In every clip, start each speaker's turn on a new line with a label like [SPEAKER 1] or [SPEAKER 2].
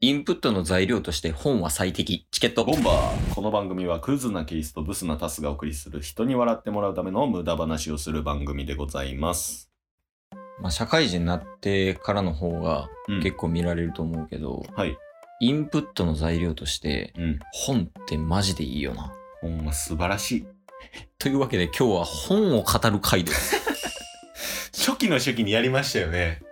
[SPEAKER 1] インプットの材料として本は最適。チケット。
[SPEAKER 2] ボンバーこの番組はクズなキリスとブスなタスがお送りする人に笑ってもらうための無駄話をする番組でございます。
[SPEAKER 1] まあ、社会人になってからの方が
[SPEAKER 2] うん
[SPEAKER 1] 結構見られると思うけど、
[SPEAKER 2] はい。
[SPEAKER 1] インプットの材料として
[SPEAKER 2] うん。
[SPEAKER 1] 本ってマジでいいよな。
[SPEAKER 2] ほんま素晴らしい。
[SPEAKER 1] というわけで今日は本を語る回 です。
[SPEAKER 2] 初期の初期にやりましたよね。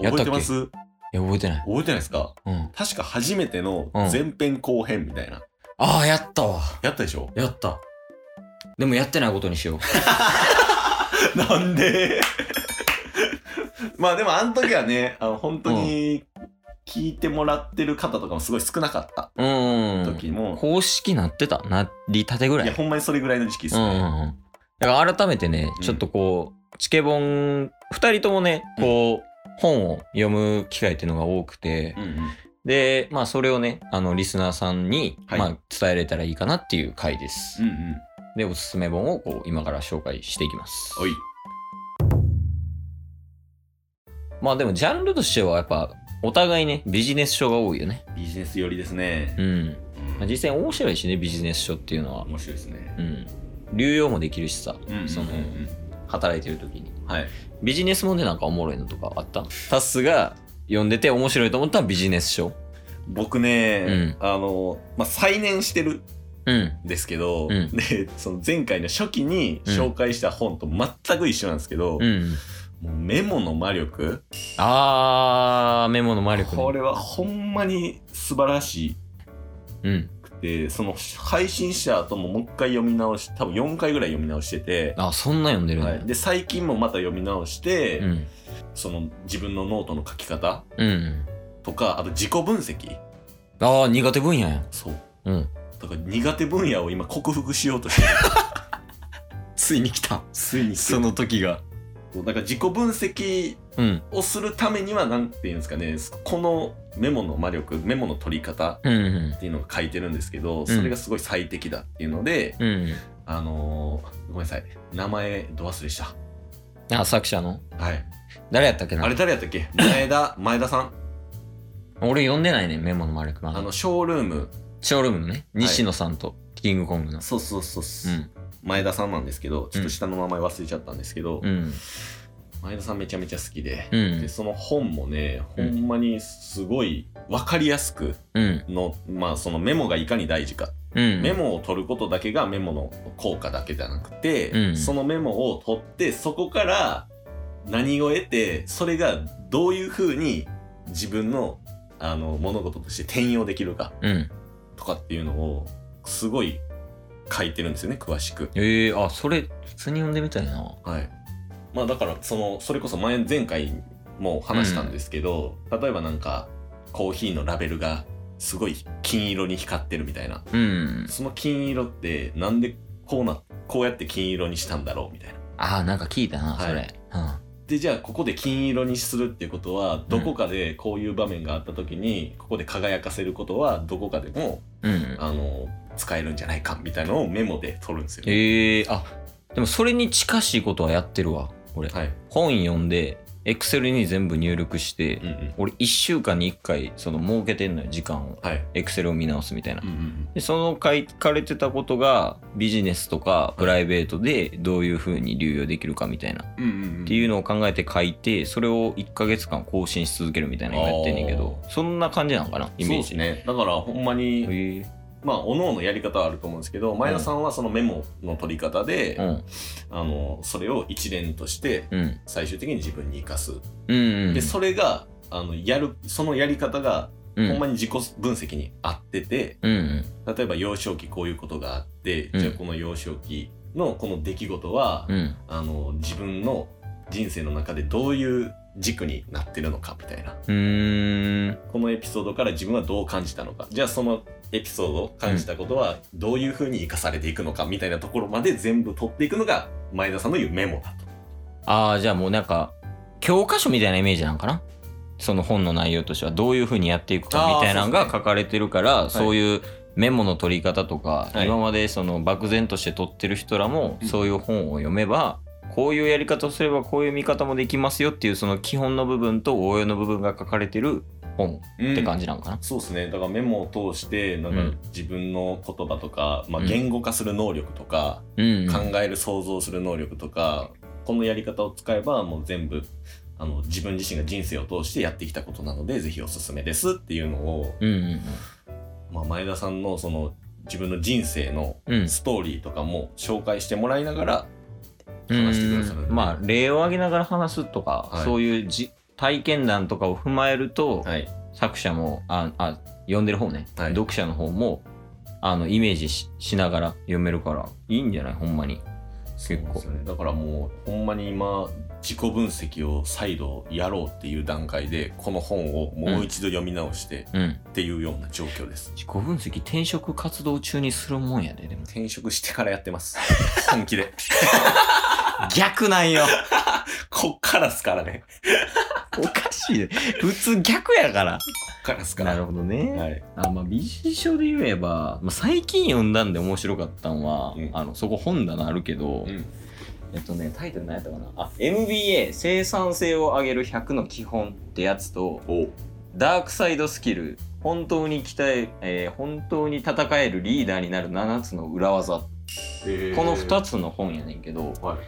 [SPEAKER 1] やったっけ
[SPEAKER 2] 覚えてます覚
[SPEAKER 1] いや、覚えてない。
[SPEAKER 2] えてないですか
[SPEAKER 1] うん。
[SPEAKER 2] 確か初めての
[SPEAKER 1] うん
[SPEAKER 2] 前編後編みたいな。
[SPEAKER 1] ああ、やったわ。
[SPEAKER 2] やったでしょ
[SPEAKER 1] やった。でもやってないことにしよう。
[SPEAKER 2] なんで まあでもあの時はね、あの本当に聞いてもらってる方とかもすごい少なかった
[SPEAKER 1] うー
[SPEAKER 2] 時
[SPEAKER 1] ん。
[SPEAKER 2] も、
[SPEAKER 1] 公式なってたなりたてぐら
[SPEAKER 2] い
[SPEAKER 1] い。
[SPEAKER 2] やほんまにそれぐらいの時期です
[SPEAKER 1] う
[SPEAKER 2] ね。
[SPEAKER 1] んうんうん。だから改めてね、
[SPEAKER 2] うん
[SPEAKER 1] ちょっとこう、チケボン、二人ともね、こう、本を読む機会っていうのが多くて、
[SPEAKER 2] うんうん
[SPEAKER 1] で、まあそれをね、あの、リスナーさんに、
[SPEAKER 2] はい
[SPEAKER 1] まあ伝えれたらいいかなっていう回です。
[SPEAKER 2] うんうん。
[SPEAKER 1] で、おすすめ本をこう、今から紹介していきます。
[SPEAKER 2] おい。
[SPEAKER 1] まあでも、ジャンルとしてはやっぱ、お互いね、ビジネス書が多いよね。
[SPEAKER 2] ビジネス寄りですね
[SPEAKER 1] う。ん。まあ、
[SPEAKER 2] うん
[SPEAKER 1] 実際面白いしね、ビジネス書っていうのは。
[SPEAKER 2] 面白いですね
[SPEAKER 1] う。ん。流用もできるしさ、そ
[SPEAKER 2] そ
[SPEAKER 1] の
[SPEAKER 2] の、、
[SPEAKER 1] 働いてる時に。
[SPEAKER 2] はい。
[SPEAKER 1] ビジネスもでなんかおもろいのとかあったタスが読んでて面白いと思ったのはビジネス書。
[SPEAKER 2] 僕ね、あの、まあ、再燃してる
[SPEAKER 1] うん。
[SPEAKER 2] んですけど、
[SPEAKER 1] うん
[SPEAKER 2] で、その前回の初期に紹介した本と全く一緒なんですけど、
[SPEAKER 1] うん。
[SPEAKER 2] もうメモの魔力、
[SPEAKER 1] あー、メモの魔力、ね。
[SPEAKER 2] これはほんまに素晴らし
[SPEAKER 1] うん。
[SPEAKER 2] くて、その配信した後ももう一回読み直し、多分4回ぐらい読み直してて、
[SPEAKER 1] あ、そんな読んでるんだ。
[SPEAKER 2] はい、で、最近もまた読み直して、
[SPEAKER 1] うん。
[SPEAKER 2] その自分のノートの書き方
[SPEAKER 1] うん。
[SPEAKER 2] とか、あと自己分析。
[SPEAKER 1] あー、苦手分野やん。
[SPEAKER 2] そう。
[SPEAKER 1] うん。
[SPEAKER 2] だから苦手分野を今克服しようとしてる
[SPEAKER 1] ついに来た。
[SPEAKER 2] ついにそ
[SPEAKER 1] の時が。
[SPEAKER 2] うだから自己分析
[SPEAKER 1] うん。
[SPEAKER 2] をするためには何て言うんですかねこのメモの魔力メモの取り方
[SPEAKER 1] うんうん。
[SPEAKER 2] っていうのが書いてるんですけどそれがすごい最適だっていうので、
[SPEAKER 1] うん。
[SPEAKER 2] あのーごめんなさい名前ど忘れした
[SPEAKER 1] あ、作者の
[SPEAKER 2] はい
[SPEAKER 1] 誰やったっけな
[SPEAKER 2] あれ誰やったっけ前田前田さん
[SPEAKER 1] 俺読んでないね、メモの魔力まだ。
[SPEAKER 2] あのショールーム
[SPEAKER 1] ショールームのね、
[SPEAKER 2] い
[SPEAKER 1] 西野さんとキングコングの。
[SPEAKER 2] そうそうそう、
[SPEAKER 1] うん。
[SPEAKER 2] 前田さんなんですけどちょっと下の名前忘れちゃったんですけど、
[SPEAKER 1] うん。
[SPEAKER 2] 前田さんめちゃめちゃ好きで、
[SPEAKER 1] うん
[SPEAKER 2] でその本もねほ
[SPEAKER 1] うん
[SPEAKER 2] んまにすごい分かりやすく
[SPEAKER 1] うん。
[SPEAKER 2] の、まあそのメモがいかに大事か、
[SPEAKER 1] うん。
[SPEAKER 2] メモを取ることだけがメモの効果だけじゃなくて、
[SPEAKER 1] うん
[SPEAKER 2] そのメモを取ってそこから何を得てそれがどういうふうに自分のあの物事として転用できるか
[SPEAKER 1] うん。
[SPEAKER 2] とかっていうのをすごい書いてるんですよね詳しく。
[SPEAKER 1] ええー、あ、それ、普通に読んでみたいな。
[SPEAKER 2] はい。まあだからそのそれこそ前前回も話したんですけど、例えばなんかコーヒーのラベルがすごい金色に光ってるみたいな
[SPEAKER 1] うん。
[SPEAKER 2] その金色ってなんでこうなこうやって金色にしたんだろうみたいな。
[SPEAKER 1] ああ、なんか聞いたな、
[SPEAKER 2] はい
[SPEAKER 1] それ。
[SPEAKER 2] でじゃあここで金色にするっていうことはどこかでこういう場面があった時にここで輝かせることはどこかでも
[SPEAKER 1] うん。うん。
[SPEAKER 2] あの使えるんじゃないかみたいなのをメモで取るんですよね。
[SPEAKER 1] ええあ、でもそれに近しいことはやってるわ、俺。
[SPEAKER 2] はい。
[SPEAKER 1] 本読んで、エクセルに全部入力して、
[SPEAKER 2] うんうん。
[SPEAKER 1] 俺1週間に1回、その、設けてんのよ、時間を。
[SPEAKER 2] はい。
[SPEAKER 1] エクセルを見直すみたいな
[SPEAKER 2] うん。うん
[SPEAKER 1] で、その書かれてたことが、ビジネスとか、プライベートでどういう風に流用できるかみたいな。っ
[SPEAKER 2] うん。うんうんうん。って
[SPEAKER 1] いうのを考えて書いて、それを1ヶ月間更新し続けるみたいなのをやってんねんけど、そんな感じなのかな、イメージ。
[SPEAKER 2] そうですねだからほんまに、
[SPEAKER 1] へ
[SPEAKER 2] まあおののやり方はあると思うんですけど前田さんはそのメモの取り方で、
[SPEAKER 1] えうん。
[SPEAKER 2] あのそれを一連として
[SPEAKER 1] うん。
[SPEAKER 2] 最終的に自分に生かす、
[SPEAKER 1] うん。
[SPEAKER 2] でそれがあのやるそのやり方が
[SPEAKER 1] う
[SPEAKER 2] ほん
[SPEAKER 1] ん
[SPEAKER 2] まに自己分析に合ってて、
[SPEAKER 1] うんうん。
[SPEAKER 2] 例えば幼少期こういうことがあって、
[SPEAKER 1] うん
[SPEAKER 2] じゃあこの幼少期のこの出来事は、
[SPEAKER 1] うん。
[SPEAKER 2] あの自分の人生の中でどういう軸になってるのかみたいな
[SPEAKER 1] うーん。
[SPEAKER 2] このエピソードから自分はどう感じたのかじゃあそのエピソードを感じたことはどういうふうに生かされていくのかみたいなところまで全部取っていくのが前田さんの言うメモだと。
[SPEAKER 1] ああ、じゃあもうなんか、教科書みたいなイメージなんかなその本の内容としては、どういうふうにやっていくか
[SPEAKER 2] あー
[SPEAKER 1] みたいなの
[SPEAKER 2] そう
[SPEAKER 1] が
[SPEAKER 2] ですね
[SPEAKER 1] 書かれてるから、
[SPEAKER 2] い
[SPEAKER 1] そういうメモの取り方とか、
[SPEAKER 2] はい
[SPEAKER 1] 今までその漠然として取ってる人らも、
[SPEAKER 2] うん
[SPEAKER 1] そういう本を読めば、こういうやり方をすればこういう見方もできますよっていうその基本の部分と応用の部分が書かれてる本
[SPEAKER 2] うん
[SPEAKER 1] って感じなんかな。
[SPEAKER 2] そうですねだからメモを通してなん
[SPEAKER 1] う
[SPEAKER 2] か
[SPEAKER 1] ん
[SPEAKER 2] 自分の言葉とか、まあ、
[SPEAKER 1] うん
[SPEAKER 2] 言語化する能力とか、
[SPEAKER 1] うん。
[SPEAKER 2] 考える想像する能力とかこのやり方を使えばもう全部あの自分自身が人生を通してやってきたことなのでぜひおすすめですっていうのを、
[SPEAKER 1] うんうん
[SPEAKER 2] まあ、前田さんのその自分の人生の
[SPEAKER 1] うん。うん。
[SPEAKER 2] ストーリーとかも紹介してもらいながら
[SPEAKER 1] うん
[SPEAKER 2] 話してくださるんで
[SPEAKER 1] まあ例を挙げながら話すとか、
[SPEAKER 2] はい
[SPEAKER 1] そういうじ体験談とかを踏まえると、
[SPEAKER 2] はい
[SPEAKER 1] 作者もああ読んでる方ね、
[SPEAKER 2] はい
[SPEAKER 1] 読者の方もあのイメージししながら読めるからいいんじゃないほんまに。結構
[SPEAKER 2] そうなんですよねだからもうほんまに今自己分析を再度やろうっていう段階でこの本をもう一度読み直して
[SPEAKER 1] うん。
[SPEAKER 2] っていうような状況です、
[SPEAKER 1] 自己分析転職活動中にするもんやででも
[SPEAKER 2] 転職してからやってます 本気で
[SPEAKER 1] 逆なんよ
[SPEAKER 2] こっからっすからね
[SPEAKER 1] おかしいね普通逆やから
[SPEAKER 2] こっからっすから
[SPEAKER 1] なるほどね、
[SPEAKER 2] はい、
[SPEAKER 1] あまあ美人書で言えば、まあ、最近読んだんで面白かったんは、
[SPEAKER 2] うん
[SPEAKER 1] あのそこ本棚あるけど、
[SPEAKER 2] うん
[SPEAKER 1] えっとねタイトル何やったかなあ MBA 生産性を上げる100の基本ってやつと
[SPEAKER 2] おう
[SPEAKER 1] ダークサイドスキル本当に鍛ええー本当に戦えるリーダーになる7つの裏技この2
[SPEAKER 2] つ
[SPEAKER 1] つの本やねんけど、
[SPEAKER 2] はい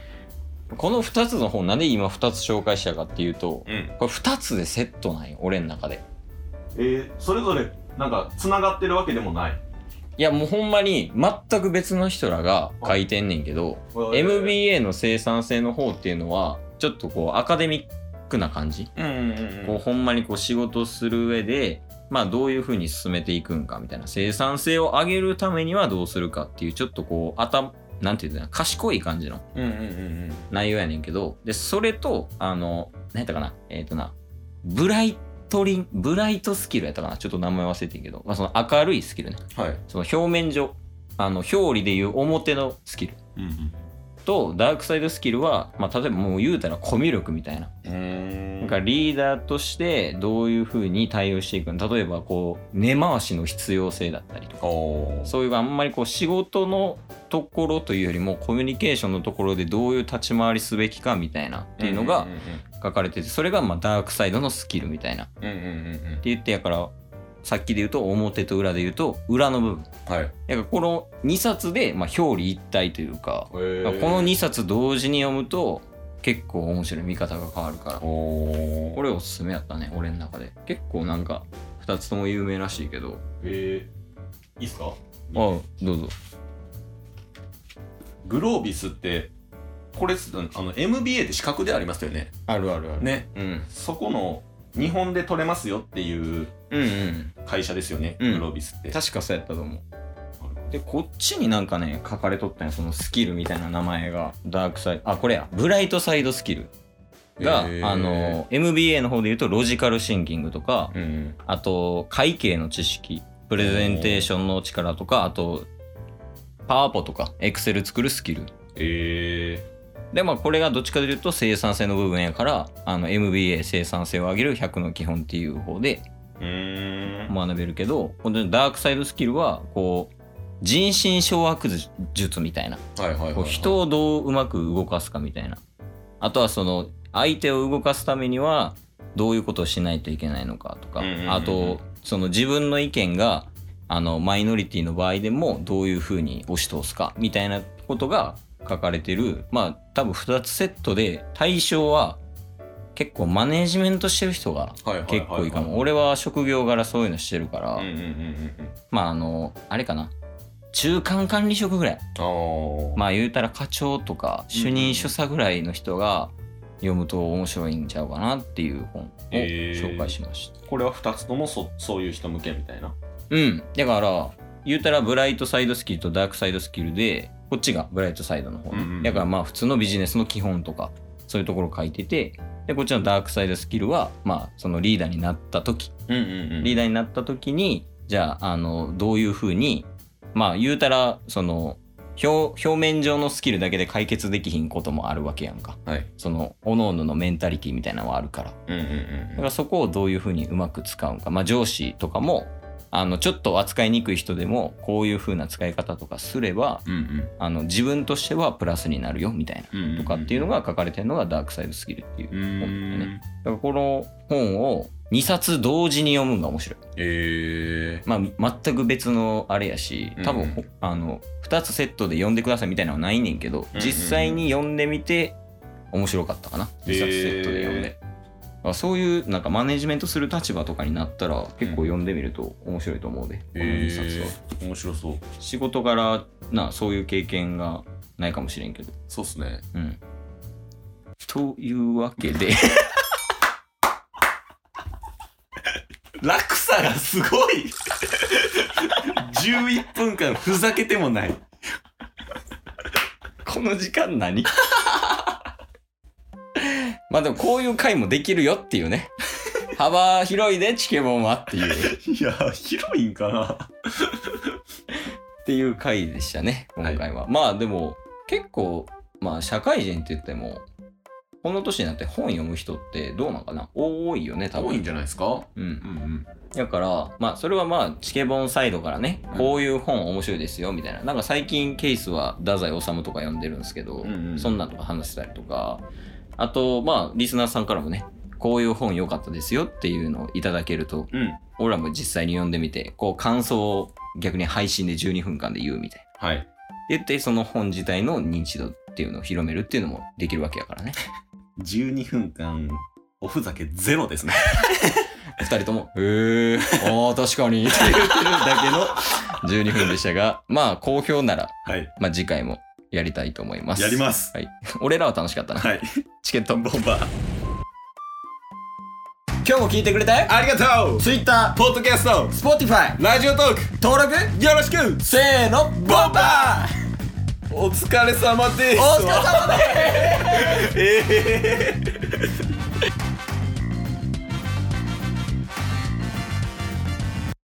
[SPEAKER 1] この2つの本なんで今2つ紹介したかっていうと
[SPEAKER 2] うん
[SPEAKER 1] これ2つでセットなんよ俺の中で
[SPEAKER 2] えー、それぞれなんかつながってるわけでもない、
[SPEAKER 1] いやもうほんまに全く別の人らが書いてんねんけど、MBA の生産性の方っていうのはちょっとこうアカデミックな感じ、
[SPEAKER 2] うんうんうん
[SPEAKER 1] こうほんまにこう仕事する上でまあどういうふうに進めていくんかみたいな生産性を上げるためにはどうするかっていうちょっとこう頭なんていうんだろうな賢い感じの
[SPEAKER 2] うんうんうん
[SPEAKER 1] 内容やねんけどでそれとあの何やったかなえっ、となブライトリンブライトスキルやったかなちょっと名前忘れてんけど、まあ、その明るいスキルね
[SPEAKER 2] うんはい
[SPEAKER 1] その表面上あの表裏でいう表のスキル
[SPEAKER 2] うん
[SPEAKER 1] とダークサイドスキルは、まあ、例えばもう言うたらコミュ力みたいな
[SPEAKER 2] うんうん
[SPEAKER 1] なんかリーダーとしてどういうふうに対応していくの例えばこう根回しの必要性だったりとか
[SPEAKER 2] おー
[SPEAKER 1] そういうあんまりこう仕事のところというよりもコミュニケーションのところでどういう立ち回りすべきかみたいなっていうのが書かれててそれがまあダークサイドのスキルみたいなって
[SPEAKER 2] うんうんうんうん
[SPEAKER 1] 言ってやからさっきで言うと表と裏で言うと裏の部分
[SPEAKER 2] はいへ
[SPEAKER 1] だからこの2冊でまあ表裏一体というかだから
[SPEAKER 2] ー
[SPEAKER 1] この2冊同時に読むと結構面白い見方が変わるから
[SPEAKER 2] お
[SPEAKER 1] こ
[SPEAKER 2] れ
[SPEAKER 1] れおすすめやったね俺の中で結構なんか2つとも有名らしいけど
[SPEAKER 2] えー、いいっすか
[SPEAKER 1] あどうぞ
[SPEAKER 2] グロービスってこれっすあの MBA って資格でありますよね
[SPEAKER 1] あるあるあね
[SPEAKER 2] ね
[SPEAKER 1] うん
[SPEAKER 2] そこの日本で取れますよっていう
[SPEAKER 1] うんうん
[SPEAKER 2] 会社ですよね、
[SPEAKER 1] うん
[SPEAKER 2] グロービスって
[SPEAKER 1] 確かそうやったと思うでこっちになんかね書かれとったんやそのスキルみたいな名前がダークサイドあこれやブライトサイドスキルが、
[SPEAKER 2] へー
[SPEAKER 1] あの MBA の方で言うとロジカルシンキングとか、
[SPEAKER 2] うん
[SPEAKER 1] あと会計の知識プレゼンテーションの力とかあとパワポとかエクセル作るスキル
[SPEAKER 2] え
[SPEAKER 1] でまあこれがどっちかというと生産性の部分やからあの MBA 生産性を上げる100の基本っていう方で
[SPEAKER 2] ー、うーん
[SPEAKER 1] 学べるけどこのダークサイドスキルはこう人心掌握術みたいな
[SPEAKER 2] はいはいはい、
[SPEAKER 1] こう人をどううまく動かすかみたいなあとはその相手を動かすためにはどういうことをしないといけないのかとか
[SPEAKER 2] うんうんうんうん
[SPEAKER 1] あとその自分の意見があのマイノリティの場合でもどういうふうに押し通すかみたいなことが書かれてるまあ多分2つセットで対象は結構マネージメントしてる人が
[SPEAKER 2] はいはいはいはい
[SPEAKER 1] 結構いいかも俺は職業柄そういうのしてるから、
[SPEAKER 2] うんうんうんうん
[SPEAKER 1] まああのあれかな中間管理職ぐらい
[SPEAKER 2] うんああ
[SPEAKER 1] まあ言うたら課長とか主任主査ぐらいの人が読むと面白いんちゃうかなっていう本を
[SPEAKER 2] えー
[SPEAKER 1] 紹介しました。
[SPEAKER 2] これは2つともそそういう人向けみたいな
[SPEAKER 1] うん。だから言うたらブライトサイドスキルとダークサイドスキルでこっちがブライトサイドの方ね、
[SPEAKER 2] うんうん
[SPEAKER 1] だからまあ普通のビジネスの基本とかそういうところ書いててでこっちのダークサイドスキルはまあそのリーダーになった時
[SPEAKER 2] うんうんうん
[SPEAKER 1] リーダーになった時にじゃああのどういうふうにまあ言うたらその表表面上のスキルだけで解決できひんこともあるわけやんか
[SPEAKER 2] はい
[SPEAKER 1] その各々のメンタリティみたいなのはあるからだ
[SPEAKER 2] うんうんうん
[SPEAKER 1] からそこをどういうふうにうまく使うんかまあ上司とかもあのちょっと扱いにくい人でもこういう風な使い方とかすれば
[SPEAKER 2] うん
[SPEAKER 1] あの自分としてはプラスになるよみたい
[SPEAKER 2] うんうんうん
[SPEAKER 1] なとかっていうのが書かれてるのがダークサイドスキルっていう
[SPEAKER 2] う
[SPEAKER 1] 本なんだよね。
[SPEAKER 2] ん
[SPEAKER 1] だからこの本を2冊同時に読むのが面白い。
[SPEAKER 2] え
[SPEAKER 1] まあ、全く別のあれやし多分、ほあの2つセットで読んでくださいみたいなのはないねんけど、
[SPEAKER 2] うん
[SPEAKER 1] 実際に読んでみて面白かったかな2冊セットで読んで、だからそういうなんかマネジメントする立場とかになったら結構読んでみると面白いと思うで、この2冊は、
[SPEAKER 2] ー、面白そう
[SPEAKER 1] 仕事柄なそういう経験がないかもしれんけど
[SPEAKER 2] そうっすね
[SPEAKER 1] うんというわけで
[SPEAKER 2] 落差がすごい11分間ふざけてもない
[SPEAKER 1] この時間何 まあでもこういう回もできるよっていうね幅広いでチケボンはっていうっ
[SPEAKER 2] いや広いんかな
[SPEAKER 1] ていう回でしたね今回は、まあでも結構まあ社会人って言ってもこの年になって本読む人ってどうなんかな多いよね多分
[SPEAKER 2] 多いんじゃないですか
[SPEAKER 1] うん
[SPEAKER 2] ん
[SPEAKER 1] だからまあそれはまあチケボンサイドからね
[SPEAKER 2] うん
[SPEAKER 1] こういう本面白いですよみたいななんか最近ケースは太宰治とか読んでるんですけど、
[SPEAKER 2] うんうん
[SPEAKER 1] そんなんとか話してたりとかあとまあリスナーさんからもねこういう本良かったですよっていうのをいただけると
[SPEAKER 2] うん
[SPEAKER 1] 俺らも実際に読んでみてこう感想を逆に配信で12分間で言うみたいな
[SPEAKER 2] はい
[SPEAKER 1] 言ってその本自体の認知度っていうのを広めるっていうのもできるわけやからね
[SPEAKER 2] 12分間おふざけゼロですね
[SPEAKER 1] 二人とも「へえあー確かに」って言ってるだけの12分でしたがまあ好評なら
[SPEAKER 2] はい
[SPEAKER 1] まあ、次回もやりたいと思います。
[SPEAKER 2] やります
[SPEAKER 1] 俺らは楽しかったな。
[SPEAKER 2] はい
[SPEAKER 1] チケット。
[SPEAKER 2] ボンバー
[SPEAKER 1] 今日も聞いてくれて
[SPEAKER 2] ありがとう
[SPEAKER 1] Twitter、
[SPEAKER 2] ポッドキャスト
[SPEAKER 1] Spotify、
[SPEAKER 2] ラジオトーク
[SPEAKER 1] 登録
[SPEAKER 2] よろしく
[SPEAKER 1] せーの、ボンバー
[SPEAKER 2] お疲れ様です
[SPEAKER 1] お疲れ様です
[SPEAKER 2] ええー